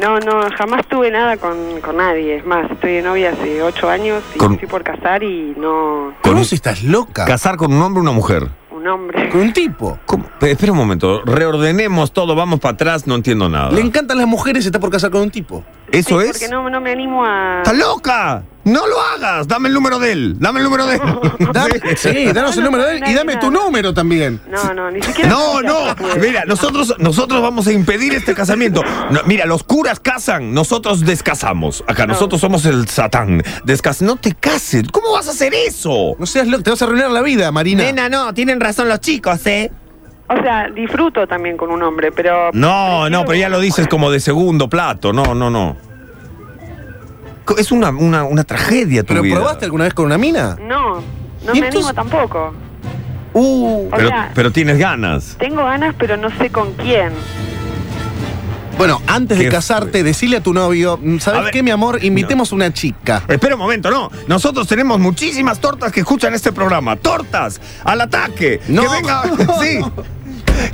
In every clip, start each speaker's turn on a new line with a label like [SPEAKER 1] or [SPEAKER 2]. [SPEAKER 1] No, no, jamás tuve nada con, con nadie. Es más, estoy de novia hace ocho años y
[SPEAKER 2] Con-
[SPEAKER 1] estoy por casar y no
[SPEAKER 2] Con
[SPEAKER 3] ¿Cómo
[SPEAKER 2] un-
[SPEAKER 3] si estás loca?
[SPEAKER 2] Casar con un hombre o una mujer.
[SPEAKER 1] un hombre.
[SPEAKER 3] Con un tipo.
[SPEAKER 2] ¿Cómo? Pe- Espera un momento, reordenemos todo, vamos para atrás, no entiendo nada.
[SPEAKER 3] Le encantan las mujeres y está por casar con un tipo.
[SPEAKER 2] ¿Eso
[SPEAKER 1] Sí, Porque
[SPEAKER 2] es?
[SPEAKER 1] no, no me animo a...
[SPEAKER 2] ¡Está loca! ¡No lo hagas! Dame el número de él, dame el número de él.
[SPEAKER 3] Dame- sí, danos el número de él y dame tu número también.
[SPEAKER 1] No, no, ni siquiera... pues.
[SPEAKER 2] No,
[SPEAKER 1] sabía
[SPEAKER 2] no,
[SPEAKER 1] que pude.
[SPEAKER 2] mira, nosotros, nosotros vamos a impedir este casamiento. No, mira, los curas casan, nosotros descasamos. Acá nosotros somos el satán. Descas no te cases, ¿cómo vas a hacer eso?
[SPEAKER 3] No seas loca, te vas a arruinar la vida, Marina.
[SPEAKER 2] no, tienen razón los chicos, ¿eh?
[SPEAKER 1] O sea, disfruto también con un hombre, pero...
[SPEAKER 2] No, no,
[SPEAKER 1] prefiero-
[SPEAKER 2] pero ya lo dices como de segundo plato, no, no, no. Co- Es una, una, una tragedia tu
[SPEAKER 3] ¿Pero
[SPEAKER 2] vida.
[SPEAKER 3] probaste alguna vez con una mina?
[SPEAKER 1] No, no
[SPEAKER 3] ¿Y
[SPEAKER 1] me animo
[SPEAKER 3] entonces?
[SPEAKER 1] tampoco.
[SPEAKER 3] Uh.
[SPEAKER 1] O
[SPEAKER 2] Pero,
[SPEAKER 1] sea-
[SPEAKER 2] pero tienes ganas.
[SPEAKER 1] Tengo ganas, pero no sé con quién.
[SPEAKER 3] Bueno, antes de
[SPEAKER 2] Qué
[SPEAKER 3] casarte,
[SPEAKER 2] fue.
[SPEAKER 3] decile a tu novio, mm,
[SPEAKER 2] A
[SPEAKER 3] ¿sabes
[SPEAKER 2] ver.
[SPEAKER 3] qué, mi amor? Invitemos una chica.
[SPEAKER 2] Espera un momento, no. Nosotros tenemos muchísimas tortas que escuchan este programa. ¡Tortas! ¡Al ataque!
[SPEAKER 3] No.
[SPEAKER 2] Que venga. Sí.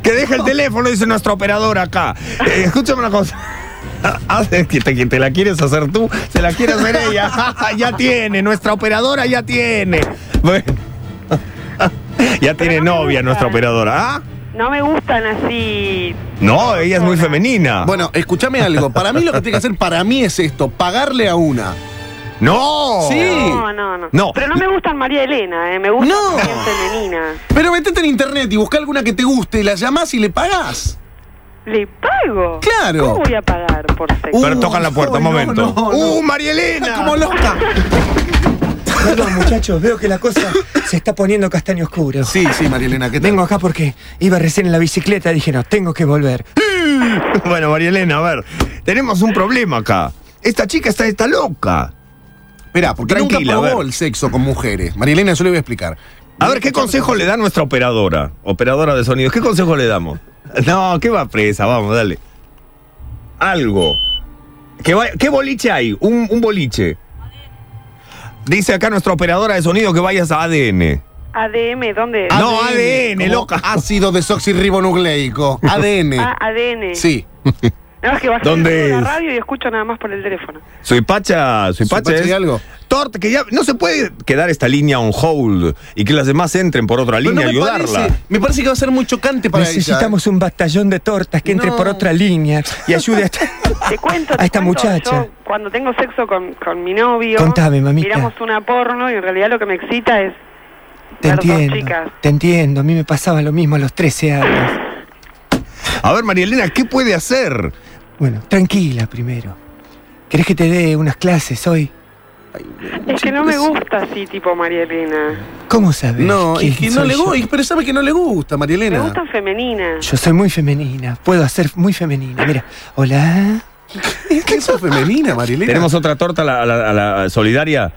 [SPEAKER 2] Que deje el teléfono, dice nuestra operadora acá. Eh, escúchame una cosa. Ah, es que te, que te la quieres hacer tú, se la quiere hacer ella. ya tiene, nuestra operadora ya tiene. Bueno. ya tiene
[SPEAKER 1] no me
[SPEAKER 2] novia
[SPEAKER 1] gusta.
[SPEAKER 2] nuestra operadora. ¿Ah?
[SPEAKER 1] No me gustan así...
[SPEAKER 2] No, ella es muy femenina.
[SPEAKER 3] Bueno, escúchame algo. Para mí lo que tiene que hacer para mí es esto, pagarle a una.
[SPEAKER 2] no.
[SPEAKER 3] Sí.
[SPEAKER 1] No, no, no.
[SPEAKER 2] No.
[SPEAKER 1] Pero no me gustan María Elena, eh. me gustan
[SPEAKER 3] No.
[SPEAKER 1] también femeninas.
[SPEAKER 3] Pero metete en internet y busca alguna que te guste, la llamás y le pagás.
[SPEAKER 1] ¿Le pago?
[SPEAKER 3] Claro.
[SPEAKER 1] ¿Cómo voy a pagar por sexo?
[SPEAKER 2] Pero
[SPEAKER 3] Uh,
[SPEAKER 2] tocan la puerta, un
[SPEAKER 3] no,
[SPEAKER 2] momento.
[SPEAKER 3] no, no.
[SPEAKER 2] ¡Uh, Marielena!
[SPEAKER 3] Como loca.
[SPEAKER 4] Perdón, muchachos, veo que la cosa se está poniendo castaño oscuro.
[SPEAKER 3] Sí, sí, María Elena, ¿qué tal?
[SPEAKER 4] Vengo acá porque iba recién en la bicicleta y dije, no, tengo que volver.
[SPEAKER 2] Bueno, María Elena, a ver, tenemos un problema acá. Esta chica está, está loca.
[SPEAKER 3] Esperá, porque nunca
[SPEAKER 2] Tranquila, a
[SPEAKER 3] probó
[SPEAKER 2] ver.
[SPEAKER 3] el sexo con mujeres. María Elena, yo le voy a explicar.
[SPEAKER 2] A ver, ¿qué consejo le da nuestra operadora? Operadora de sonidos, ¿qué consejo le damos? No, que va presa, vamos, dale. Algo. ¿Qué, va- qué boliche hay? Un, un boliche. Dice acá nuestra operadora de sonido que vayas a ADN.
[SPEAKER 1] ADM, ¿dónde?
[SPEAKER 2] Ah, No, ADN,
[SPEAKER 3] como
[SPEAKER 2] loca.
[SPEAKER 3] Ácido desoxirribonucleico. ADN.
[SPEAKER 1] Ah, ADN.
[SPEAKER 3] Sí.
[SPEAKER 1] No, es que bajé
[SPEAKER 2] ¿Dónde
[SPEAKER 1] la
[SPEAKER 2] es?
[SPEAKER 1] radio y escucho nada más por el teléfono.
[SPEAKER 2] Soy Pacha, soy
[SPEAKER 3] Soy
[SPEAKER 2] Pacha.
[SPEAKER 3] Pacha
[SPEAKER 2] es
[SPEAKER 3] de algo.
[SPEAKER 2] Torta, que ya no se puede quedar esta línea on hold y que las demás entren por otra
[SPEAKER 3] Pero
[SPEAKER 2] línea
[SPEAKER 3] no
[SPEAKER 2] a
[SPEAKER 3] me,
[SPEAKER 2] ayudarla.
[SPEAKER 3] parece, me parece que va a ser muy chocante para ¿eh?
[SPEAKER 4] Necesitamos un batallón de tortas que entre
[SPEAKER 3] No.
[SPEAKER 4] por otra línea y ayude a esta...
[SPEAKER 1] Te cuento, te
[SPEAKER 4] a esta
[SPEAKER 1] cuento,
[SPEAKER 4] muchacha.
[SPEAKER 1] yo cuando tengo sexo con, con mi novio,
[SPEAKER 4] Contame, mamita.
[SPEAKER 1] miramos una porno y en realidad lo que me excita es
[SPEAKER 4] Te
[SPEAKER 1] ver dos
[SPEAKER 4] entiendo,
[SPEAKER 1] chicas.
[SPEAKER 4] te entiendo. A mí me pasaba lo mismo a los 13 años.
[SPEAKER 2] A ver, María Elena, ¿qué puede hacer?
[SPEAKER 4] Bueno, tranquila primero. ¿Querés que te dé unas clases hoy?
[SPEAKER 1] Es que no me gusta así tipo María Elena.
[SPEAKER 4] ¿Cómo sabes?
[SPEAKER 3] ella. No, es que
[SPEAKER 4] quién
[SPEAKER 3] no
[SPEAKER 4] soy
[SPEAKER 3] le
[SPEAKER 4] yo?
[SPEAKER 3] gusta, pero sabe que no le gusta, María
[SPEAKER 1] Me
[SPEAKER 3] Elena.
[SPEAKER 1] gustan femeninas.
[SPEAKER 4] Yo soy muy femenina, puedo hacer muy femenina. Mira, hola.
[SPEAKER 3] ¿Qué es eso femenina, María Elena?
[SPEAKER 2] Tenemos otra torta a la, a la- a la solidaria.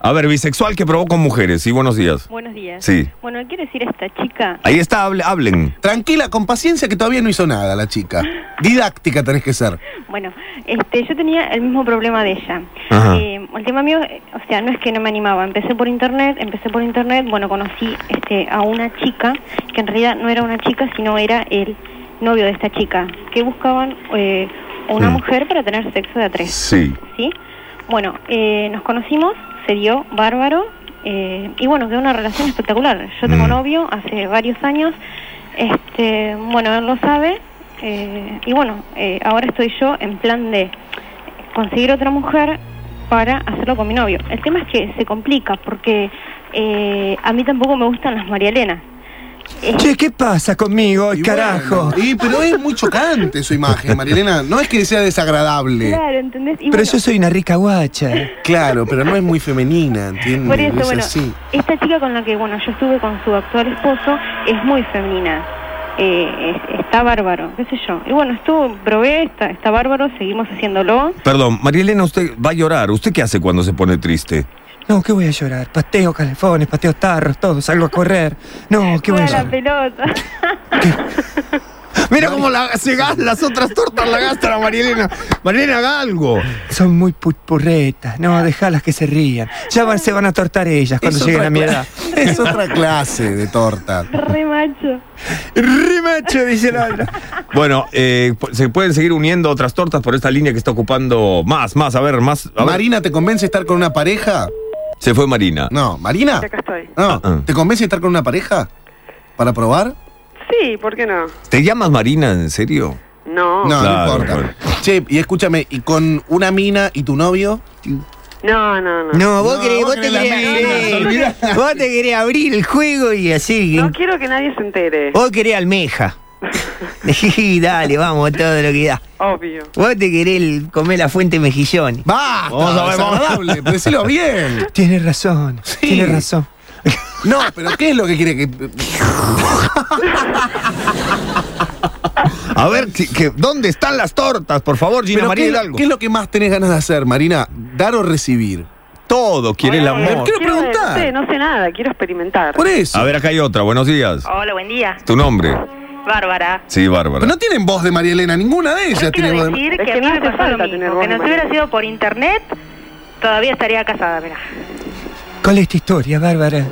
[SPEAKER 2] A ver, bisexual que probó con mujeres. Sí, buenos días.
[SPEAKER 5] Buenos días.
[SPEAKER 2] Sí.
[SPEAKER 5] Bueno, quiero decir esta chica.
[SPEAKER 2] Ahí está, hable- hablen.
[SPEAKER 3] Tranquila, con paciencia que todavía no hizo nada la chica. Didáctica tenés que ser.
[SPEAKER 5] Bueno, este, yo tenía el mismo problema de ella.
[SPEAKER 2] Ajá.
[SPEAKER 5] Eh, el tema mío, eh, o sea, no es que no me animaba. Empecé por internet, empecé por internet. Bueno, conocí este, a una chica que en realidad no era una chica, sino era el novio de esta chica que buscaban eh, una
[SPEAKER 2] Mm.
[SPEAKER 5] mujer para tener sexo de a tres.
[SPEAKER 2] Sí.
[SPEAKER 5] ¿sí? Bueno, eh, nos conocimos, se dio bárbaro, eh, y bueno, quedó una relación espectacular. Yo tengo
[SPEAKER 2] Mm.
[SPEAKER 5] novio hace varios años, este, bueno, él lo sabe, eh, y bueno, eh, ahora estoy yo en plan de conseguir otra mujer para hacerlo con mi novio. El tema es que se complica, porque eh, a mí tampoco me gustan las Marielenas.
[SPEAKER 4] Che, ¿qué pasa conmigo hoy,
[SPEAKER 3] Y
[SPEAKER 4] carajo?
[SPEAKER 3] bueno, y- pero es muy chocante su imagen, María Elena. No es que sea desagradable.
[SPEAKER 5] Eh, Claro, ¿entendés? Y
[SPEAKER 4] Pero
[SPEAKER 5] bueno,
[SPEAKER 4] yo soy una rica guacha.
[SPEAKER 3] Claro, pero no es muy femenina, ¿entiendes?
[SPEAKER 5] Por
[SPEAKER 3] No
[SPEAKER 5] eso,
[SPEAKER 3] es
[SPEAKER 5] bueno,
[SPEAKER 3] así.
[SPEAKER 5] esta chica con la que, bueno, yo estuve con su actual esposo es muy femenina. Eh, es- está bárbaro, qué sé yo. Y bueno, estuvo, probé, está, está bárbaro, seguimos haciéndolo.
[SPEAKER 2] Perdón, María Elena, usted va a llorar. ¿Usted qué hace cuando se pone triste?
[SPEAKER 4] No, ¿qué voy a llorar? Pateo calefones, pateo tarros, todo, salgo a correr. No, ¿qué voy a
[SPEAKER 5] Juega la
[SPEAKER 4] llorar?
[SPEAKER 5] pelota.
[SPEAKER 2] Mira cómo la, se gastan las otras tortas, la gasta la Marilena. Marilena, haga algo.
[SPEAKER 4] Son muy purretas. No, dejalas que se rían. Ya van- se van a tortar ellas cuando
[SPEAKER 3] Es
[SPEAKER 4] lleguen
[SPEAKER 3] otra
[SPEAKER 4] a mi
[SPEAKER 3] cla-
[SPEAKER 4] edad.
[SPEAKER 3] Es otra clase de torta.
[SPEAKER 6] Re macho.
[SPEAKER 4] Rimacho, dice la otra.
[SPEAKER 2] Bueno, eh, po- se pueden seguir uniendo otras tortas por esta línea que está ocupando más, más, a ver, más. a ver.
[SPEAKER 3] ¿Marina te convence estar con una pareja?
[SPEAKER 2] Se fue Marina.
[SPEAKER 3] No, Marina.
[SPEAKER 1] Acá estoy.
[SPEAKER 3] No,
[SPEAKER 2] Ah.
[SPEAKER 3] ¿te convence estar con una pareja? ¿Para probar?
[SPEAKER 1] Sí, ¿por qué no?
[SPEAKER 2] ¿Te llamas Marina, en serio?
[SPEAKER 1] No.
[SPEAKER 3] No,
[SPEAKER 2] Claro,
[SPEAKER 3] no importa.
[SPEAKER 2] bueno.
[SPEAKER 3] Che, y escúchame, ¿y con una mina y tu novio?
[SPEAKER 1] No, no, no.
[SPEAKER 4] No, vos
[SPEAKER 3] No,
[SPEAKER 4] querés,
[SPEAKER 3] vos
[SPEAKER 4] vos
[SPEAKER 3] querés
[SPEAKER 4] te
[SPEAKER 3] la
[SPEAKER 4] querés.
[SPEAKER 3] mina,
[SPEAKER 4] sí.
[SPEAKER 3] olvidá.
[SPEAKER 4] Vos te querés abrir el juego y así.
[SPEAKER 1] No quiero que nadie se entere.
[SPEAKER 4] Vos querés almeja. Y Dale, vamos, todo lo que da.
[SPEAKER 1] Obvio.
[SPEAKER 4] Vos te querés el- comer la fuente mejillones.
[SPEAKER 3] ¡Basta!
[SPEAKER 2] Vamos a ver, vamos.
[SPEAKER 3] desagradable, pero decilo bien.
[SPEAKER 4] Tienes razón, tienes razón.
[SPEAKER 3] No, pero ¿qué es lo que quiere que.?
[SPEAKER 2] A ver, que- que- ¿dónde están las tortas? Por favor, Gina
[SPEAKER 3] pero
[SPEAKER 2] María
[SPEAKER 3] ¿qué,
[SPEAKER 2] Hidalgo.
[SPEAKER 3] qué es lo que más tenés ganas de hacer, Marina? ¿Dar o recibir?
[SPEAKER 2] Todo quiere el
[SPEAKER 1] Bueno,
[SPEAKER 2] amor.
[SPEAKER 3] quiero preguntar.
[SPEAKER 1] No sé, no sé nada, quiero experimentar.
[SPEAKER 3] Por eso.
[SPEAKER 2] A ver, acá hay otra. Buenos días.
[SPEAKER 5] Hola, buen día.
[SPEAKER 2] ¿Tu nombre?
[SPEAKER 5] Bárbara.
[SPEAKER 2] Sí,
[SPEAKER 3] Pero
[SPEAKER 2] Bárbara.
[SPEAKER 3] no tienen voz de María Elena, ninguna de ellas
[SPEAKER 5] Yo
[SPEAKER 3] tiene
[SPEAKER 5] quiero
[SPEAKER 3] voz de.
[SPEAKER 5] decir
[SPEAKER 1] Es
[SPEAKER 5] que,
[SPEAKER 1] que
[SPEAKER 5] a mí
[SPEAKER 1] no
[SPEAKER 5] me
[SPEAKER 1] hace
[SPEAKER 5] pasó lo
[SPEAKER 1] falta tener
[SPEAKER 5] mismo.
[SPEAKER 1] voz
[SPEAKER 5] Que
[SPEAKER 1] de
[SPEAKER 5] no si hubiera
[SPEAKER 1] marido.
[SPEAKER 5] sido por internet, todavía estaría casada, mirá.
[SPEAKER 4] ¿Cuál es tu historia, Bárbara?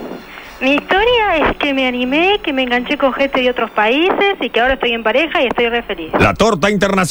[SPEAKER 5] Mi historia es que me animé, que me enganché con gente de otros países y que ahora estoy en pareja y estoy re feliz.
[SPEAKER 2] La torta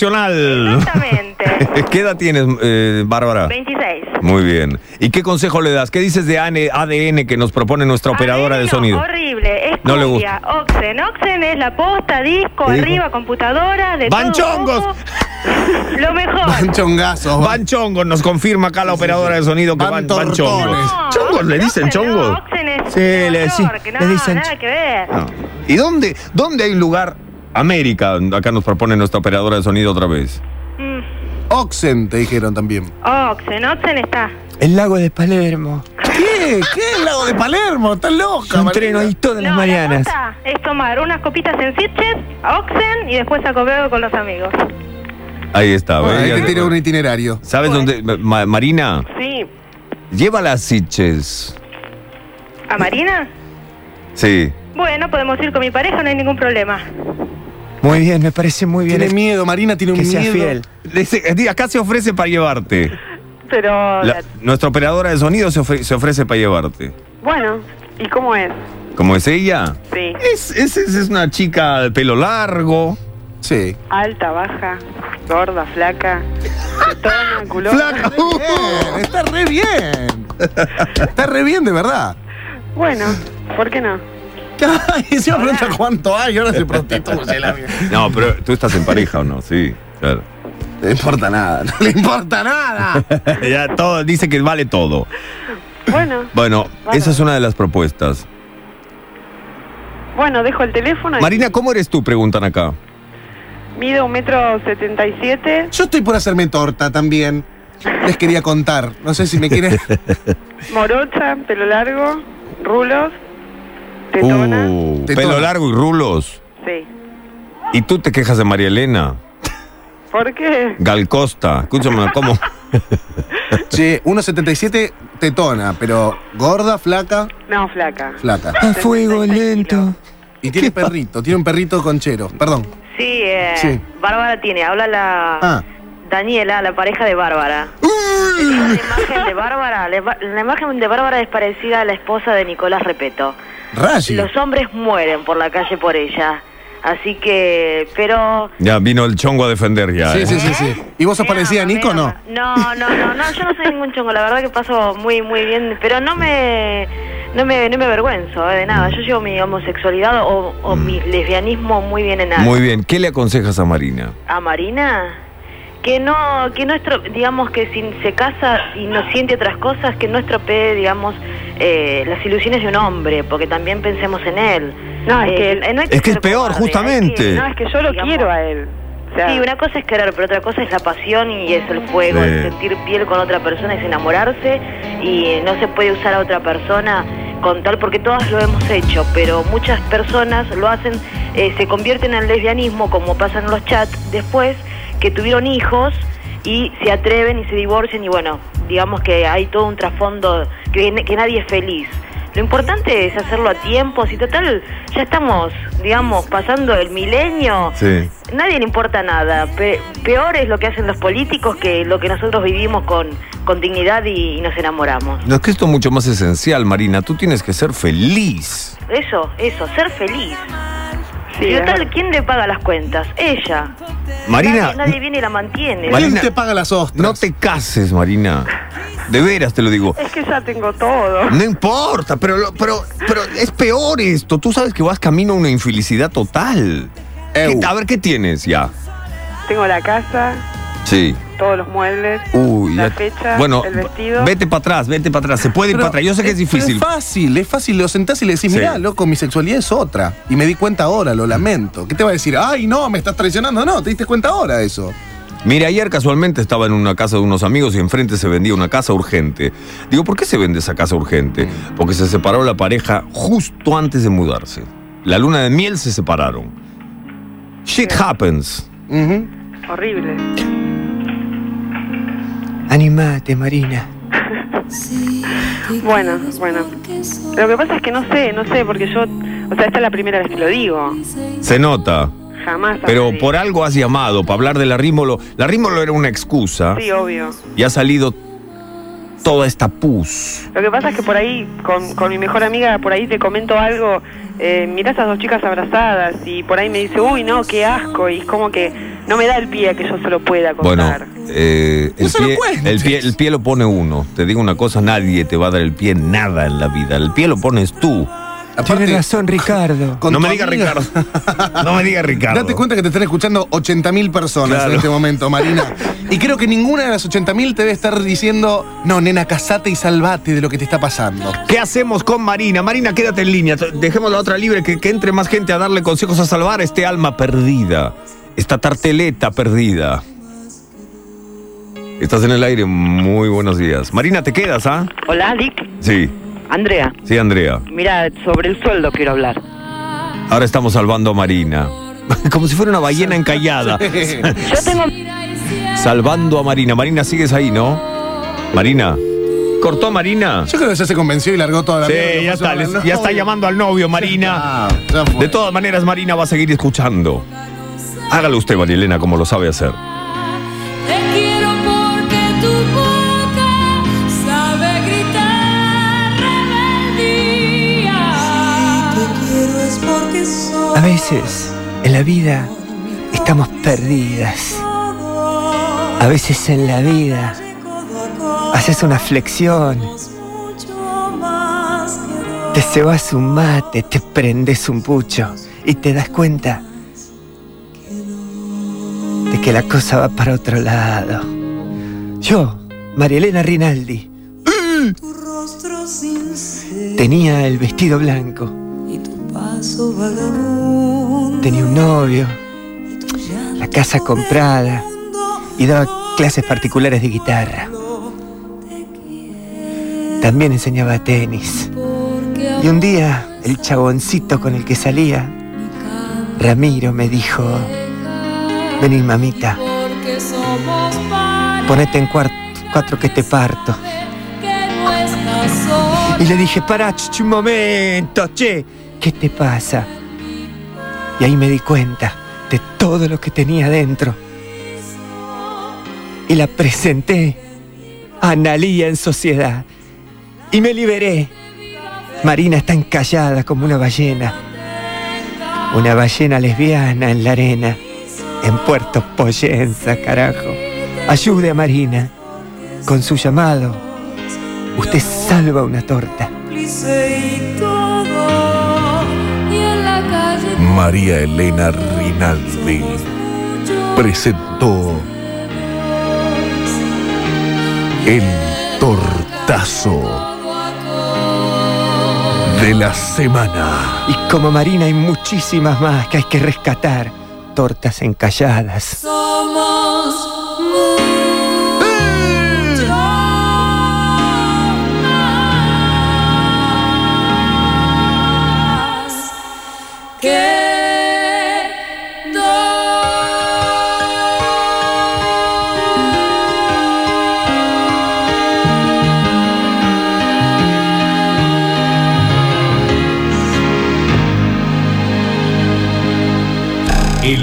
[SPEAKER 2] internacional.
[SPEAKER 5] Exactamente.
[SPEAKER 2] ¿Qué edad tienes, eh, Bárbara?
[SPEAKER 5] 26.
[SPEAKER 2] Muy bien. ¿Y qué consejo le das? ¿Qué dices de AN ADN que nos propone nuestra operadora
[SPEAKER 5] A
[SPEAKER 2] de
[SPEAKER 5] mí no,
[SPEAKER 2] sonido?
[SPEAKER 5] Horrible. Es
[SPEAKER 2] No
[SPEAKER 5] no
[SPEAKER 2] le
[SPEAKER 5] le gusta. Oxen. Oxen es la posta, disco,
[SPEAKER 2] ¿Qué dijo?
[SPEAKER 5] arriba, computadora, de
[SPEAKER 2] ¡Banchongos!
[SPEAKER 5] todo. un poco. Lo mejor.
[SPEAKER 3] Van chongazos. van-
[SPEAKER 2] Van chongos, nos confirma acá la operadora de sonido que
[SPEAKER 3] Van
[SPEAKER 2] van, van
[SPEAKER 3] tortones.
[SPEAKER 2] chongos.
[SPEAKER 5] No,
[SPEAKER 2] ¿Chongos le dicen
[SPEAKER 5] Oxen no,
[SPEAKER 2] chongos?
[SPEAKER 5] Oxen es
[SPEAKER 4] Sí, le
[SPEAKER 5] Nueva
[SPEAKER 4] decí-
[SPEAKER 5] York, no,
[SPEAKER 4] le dicen
[SPEAKER 5] Nada
[SPEAKER 4] ch-
[SPEAKER 5] que ver.
[SPEAKER 2] No. ¿Y dónde, dónde hay un lugar? América, acá nos propone nuestra operadora de sonido otra vez.
[SPEAKER 5] Mm.
[SPEAKER 3] Oxen, te dijeron también.
[SPEAKER 5] Oxen, Oxen está.
[SPEAKER 4] El lago de Palermo.
[SPEAKER 3] ¿Qué? ¿Qué es el lago de Palermo? Estás loca,
[SPEAKER 4] Yo
[SPEAKER 3] Marina.
[SPEAKER 4] entreno ahí todas las
[SPEAKER 5] No, la
[SPEAKER 4] mañanas.
[SPEAKER 5] posta es tomar unas copitas en Sitges, a Oxen y después a Cobeo con los amigos.
[SPEAKER 2] Ahí está.
[SPEAKER 3] Bueno,
[SPEAKER 2] ¿ves?
[SPEAKER 3] ahí
[SPEAKER 2] Ya-
[SPEAKER 3] te tiene un itinerario.
[SPEAKER 2] ¿Sabes dónde? Ma- Marina,
[SPEAKER 1] Sí.
[SPEAKER 2] lleva las siches.
[SPEAKER 5] ¿A Marina?
[SPEAKER 2] Sí.
[SPEAKER 5] Bueno, podemos ir con mi pareja, no hay ningún problema.
[SPEAKER 4] Muy bien, me parece muy bien
[SPEAKER 3] Tiene
[SPEAKER 4] que
[SPEAKER 3] miedo, Marina tiene un
[SPEAKER 4] sea
[SPEAKER 3] miedo.
[SPEAKER 4] fiel.
[SPEAKER 2] Dice- Acá se ofrece para llevarte.
[SPEAKER 1] Pero,
[SPEAKER 2] La- nuestra operadora de sonido se, ofre- se ofrece para llevarte.
[SPEAKER 1] bueno, ¿y cómo es?
[SPEAKER 2] ¿Cómo es ella?
[SPEAKER 1] Sí.
[SPEAKER 2] Es, es, es- es una chica de pelo largo.
[SPEAKER 3] Sí.
[SPEAKER 1] Alta, baja, gorda, flaca, tetona, culosa.
[SPEAKER 2] Flaca.
[SPEAKER 3] Bien, uh, está re bien. Está re bien, de verdad.
[SPEAKER 1] Bueno, ¿por qué no?
[SPEAKER 3] Y se pregunta cuánto hay, ahora se prostituye la mía.
[SPEAKER 2] Ah, No, pero tú estás en pareja o no, sí. Claro.
[SPEAKER 3] No le importa nada, no le importa nada.
[SPEAKER 2] Ya todo, dice que vale todo.
[SPEAKER 1] Bueno,
[SPEAKER 2] Bueno,
[SPEAKER 1] Vale.
[SPEAKER 2] esa es una de las propuestas.
[SPEAKER 1] bueno, dejo el teléfono. y-
[SPEAKER 2] Marina, ¿cómo eres tú? Preguntan acá.
[SPEAKER 1] Mido un metro setenta y siete.
[SPEAKER 3] Yo estoy por hacerme torta también. Les quería contar. No sé si me quieren.
[SPEAKER 1] Morocha, pelo largo, rulos, tetona.
[SPEAKER 2] Uh,
[SPEAKER 3] Tetona.
[SPEAKER 2] pelo largo y rulos.
[SPEAKER 1] Sí.
[SPEAKER 2] Y tú te quejas de María Elena.
[SPEAKER 1] ¿Por qué?
[SPEAKER 2] Gal Costa. Escúchame, ¿cómo?
[SPEAKER 3] Che, 1.77 tetona, pero gorda, flaca,
[SPEAKER 1] No, flaca.
[SPEAKER 3] flaca.
[SPEAKER 4] A fuego lento.
[SPEAKER 3] Y tiene perrito, tiene un perrito conchero. Perdón.
[SPEAKER 5] Sí, eh,
[SPEAKER 3] Sí.
[SPEAKER 5] Bárbara tiene, habla la
[SPEAKER 3] Ah.
[SPEAKER 5] Daniela, la pareja de Bárbara. La imagen de Bárbara, la, ima- la imagen de Bárbara es parecida a la esposa de Nicolás Repeto.
[SPEAKER 3] Rayo.
[SPEAKER 5] Los hombres mueren por la calle por ella. Así que, pero...
[SPEAKER 2] Ya vino el chongo a defender ya.
[SPEAKER 3] Sí,
[SPEAKER 2] ¿eh?
[SPEAKER 3] sí, sí, sí. ¿Y vos sos parecida a Nico o no?
[SPEAKER 5] No, no, no, no, yo no soy ningún chongo, la verdad que paso muy, muy bien, pero no me... No me, no me avergüenzo eh, de nada, yo llevo mi homosexualidad o, o
[SPEAKER 3] Mm.
[SPEAKER 5] mi lesbianismo muy bien en alto.
[SPEAKER 2] Muy bien. ¿Qué le aconsejas a Marina?
[SPEAKER 5] a Marina que no que nuestro digamos que si se casa y no siente otras cosas que no estropee digamos eh, las ilusiones de un hombre porque también pensemos en él
[SPEAKER 1] No, es
[SPEAKER 5] Eh,
[SPEAKER 1] que él-
[SPEAKER 5] eh, no hay
[SPEAKER 2] es que es
[SPEAKER 5] ser
[SPEAKER 2] peor,
[SPEAKER 5] cobarde, hay
[SPEAKER 2] justamente.
[SPEAKER 5] que-
[SPEAKER 1] No, es que yo lo
[SPEAKER 5] digamos,
[SPEAKER 1] quiero a él. O sea,
[SPEAKER 5] Sí, una cosa es querer, pero otra cosa es la pasión y es el fuego,
[SPEAKER 2] Sí.
[SPEAKER 5] el sentir piel con otra persona, es enamorarse y no se puede usar a otra persona con tal, porque todas lo hemos hecho, pero muchas personas lo hacen, eh, se convierten en lesbianismo, como pasan los chats después, que tuvieron hijos y se atreven y se divorcian y bueno, digamos que hay todo un trasfondo, que, que nadie es feliz. Lo importante es hacerlo a tiempo. Si total, ya estamos, digamos, pasando el milenio.
[SPEAKER 2] Sí.
[SPEAKER 5] Nadie le importa nada. Pe- peor es lo que hacen los políticos que lo que nosotros vivimos con, con dignidad y, y nos enamoramos.
[SPEAKER 2] No, es que esto es mucho más esencial, Marina. Tú tienes que ser feliz.
[SPEAKER 5] Eso, eso, ser feliz.
[SPEAKER 1] Sí,
[SPEAKER 5] y
[SPEAKER 1] es
[SPEAKER 5] total,
[SPEAKER 1] verdad.
[SPEAKER 5] ¿quién le paga las cuentas? Ella.
[SPEAKER 2] Marina,
[SPEAKER 5] Nadie, nadie viene y la mantiene.
[SPEAKER 2] Vale.
[SPEAKER 3] ¿Quién
[SPEAKER 2] Marina,
[SPEAKER 3] te paga las ostras?
[SPEAKER 2] no te cases, Marina. De veras te lo digo.
[SPEAKER 1] Es que ya tengo todo.
[SPEAKER 2] No importa, pero, lo- pero, pero es peor esto. Tú sabes que vas camino a una infelicidad total.
[SPEAKER 3] Eu.
[SPEAKER 2] ¿Qué- A ver, ¿qué tienes ya?
[SPEAKER 1] Tengo la casa,
[SPEAKER 2] Sí.
[SPEAKER 1] todos los muebles,
[SPEAKER 2] Uy,
[SPEAKER 1] la
[SPEAKER 2] ya-
[SPEAKER 1] fecha,
[SPEAKER 2] bueno,
[SPEAKER 1] el vestido.
[SPEAKER 2] vete para atrás, vete para atrás. Se puede ir
[SPEAKER 3] Pero
[SPEAKER 2] para atrás. Yo sé que es
[SPEAKER 3] pero
[SPEAKER 2] difícil.
[SPEAKER 3] Es fácil, es fácil. Lo sentás y le decís,
[SPEAKER 2] Sí.
[SPEAKER 3] mirá, loco, mi sexualidad es otra. Y me di cuenta ahora, lo lamento. ¿Qué te va a decir? Ay, no, me estás traicionando. No, te diste cuenta ahora de eso.
[SPEAKER 2] Mira, ayer casualmente estaba en una casa de unos amigos y enfrente se vendía una casa urgente. Digo, ¿por qué se vende esa casa urgente? Porque se separó la pareja justo antes de mudarse. La luna de miel se separaron. Shit happens.
[SPEAKER 3] Ujú.
[SPEAKER 1] Horrible.
[SPEAKER 4] Animate, Marina.
[SPEAKER 1] Bueno, bueno. Lo que pasa es que no sé, no sé, porque yo, o sea, esta es la primera vez que lo digo.
[SPEAKER 2] Se nota.
[SPEAKER 1] Jamás.
[SPEAKER 2] Pero
[SPEAKER 1] habría-
[SPEAKER 2] por algo has llamado, para hablar de la Rímolo. La Rímolo era una excusa
[SPEAKER 1] Sí, obvio.
[SPEAKER 2] y ha salido toda esta pus.
[SPEAKER 1] Lo que pasa es que por ahí, con, con mi mejor amiga, por ahí te comento algo, eh, mirá a esas dos chicas abrazadas y por ahí me dice, uy, no, qué asco, y es como que no me da el pie a que yo se lo pueda
[SPEAKER 2] Bueno,
[SPEAKER 1] contar.
[SPEAKER 2] eh, el,
[SPEAKER 3] No se lo
[SPEAKER 2] pie,
[SPEAKER 3] cuentes.
[SPEAKER 2] el, pie, el pie lo pone uno. Te digo una cosa, nadie te va a dar el pie nada en la vida. El pie lo pones tú.
[SPEAKER 3] Aparte,
[SPEAKER 4] Tienes razón, Ricardo.
[SPEAKER 3] con
[SPEAKER 2] no
[SPEAKER 3] tu
[SPEAKER 2] me digas
[SPEAKER 3] amiga-
[SPEAKER 2] Ricardo. No me digas Ricardo.
[SPEAKER 3] Date cuenta que te están escuchando 80.000 personas
[SPEAKER 2] Claro.
[SPEAKER 3] en este momento, Marina. Y creo que ninguna de las 80.000 te debe estar diciendo, no, nena, casate y salvate de lo que te está pasando.
[SPEAKER 2] ¿Qué hacemos con Marina? Marina, quédate en línea. T- Dejemos la otra libre, que, que entre más gente a darle consejos a salvar este alma perdida. Esta tarteleta perdida. Estás en el aire, muy buenos días. Marina, ¿te quedas, ah?
[SPEAKER 5] Hola, Dick.
[SPEAKER 2] Sí,
[SPEAKER 5] Andrea,
[SPEAKER 2] sí, Andrea.
[SPEAKER 5] mira, sobre el sueldo quiero hablar.
[SPEAKER 2] Ahora estamos salvando a Marina. Como si fuera una ballena encallada.
[SPEAKER 5] Yo tengo
[SPEAKER 2] Salvando a Marina. Marina, sigues ahí, ¿no? Marina. ¿Cortó Marina?
[SPEAKER 3] Yo creo que ya se convenció y largó toda la
[SPEAKER 2] Sí,
[SPEAKER 3] mierda que
[SPEAKER 2] ya
[SPEAKER 3] pasó
[SPEAKER 2] está,
[SPEAKER 3] ahora,
[SPEAKER 2] les-
[SPEAKER 3] ¿no?
[SPEAKER 2] ya está llamando al novio, Marina.
[SPEAKER 3] Ah, ya fue.
[SPEAKER 2] De todas maneras, Marina va a seguir escuchando. Hágalo usted, María Elena, como lo sabe hacer.
[SPEAKER 7] Te quiero porque tu boca sabe gritar rebeldía.
[SPEAKER 4] A veces en la vida estamos perdidas. A veces en la vida haces una flexión, te cebas un mate, te prendes un pucho y te das cuenta de que la cosa va para otro lado. Yo, Marielena Rinaldi, tenía el vestido blanco. Tenía un novio, la casa comprada y daba clases particulares de guitarra. También enseñaba tenis. Y un día, el chaboncito con el que salía, Ramiro, me dijo: Vení, mamita,
[SPEAKER 7] Porque somos pares
[SPEAKER 4] ponete en cuart- cuatro que te parto.
[SPEAKER 7] que no estás sola.
[SPEAKER 4] Y le dije, pará, ch- ch- un momento, che, ¿qué te pasa? Y ahí me di cuenta de todo lo que tenía dentro. Y la presenté a Analía en sociedad. Y me liberé. Marina está encallada como una ballena. Una ballena lesbiana en la arena. En Puerto Poyenza, carajo. Ayude a Marina. Con su llamado, usted salva una torta.
[SPEAKER 7] Y en la calle
[SPEAKER 8] María Elena Rinaldi presentó el tortazo
[SPEAKER 7] todo acorde.
[SPEAKER 8] de la semana.
[SPEAKER 4] Y como Marina hay muchísimas más que hay que rescatar. Tortas encalladas.
[SPEAKER 7] Somos mucho más que dos.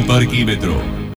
[SPEAKER 2] Parquímetro.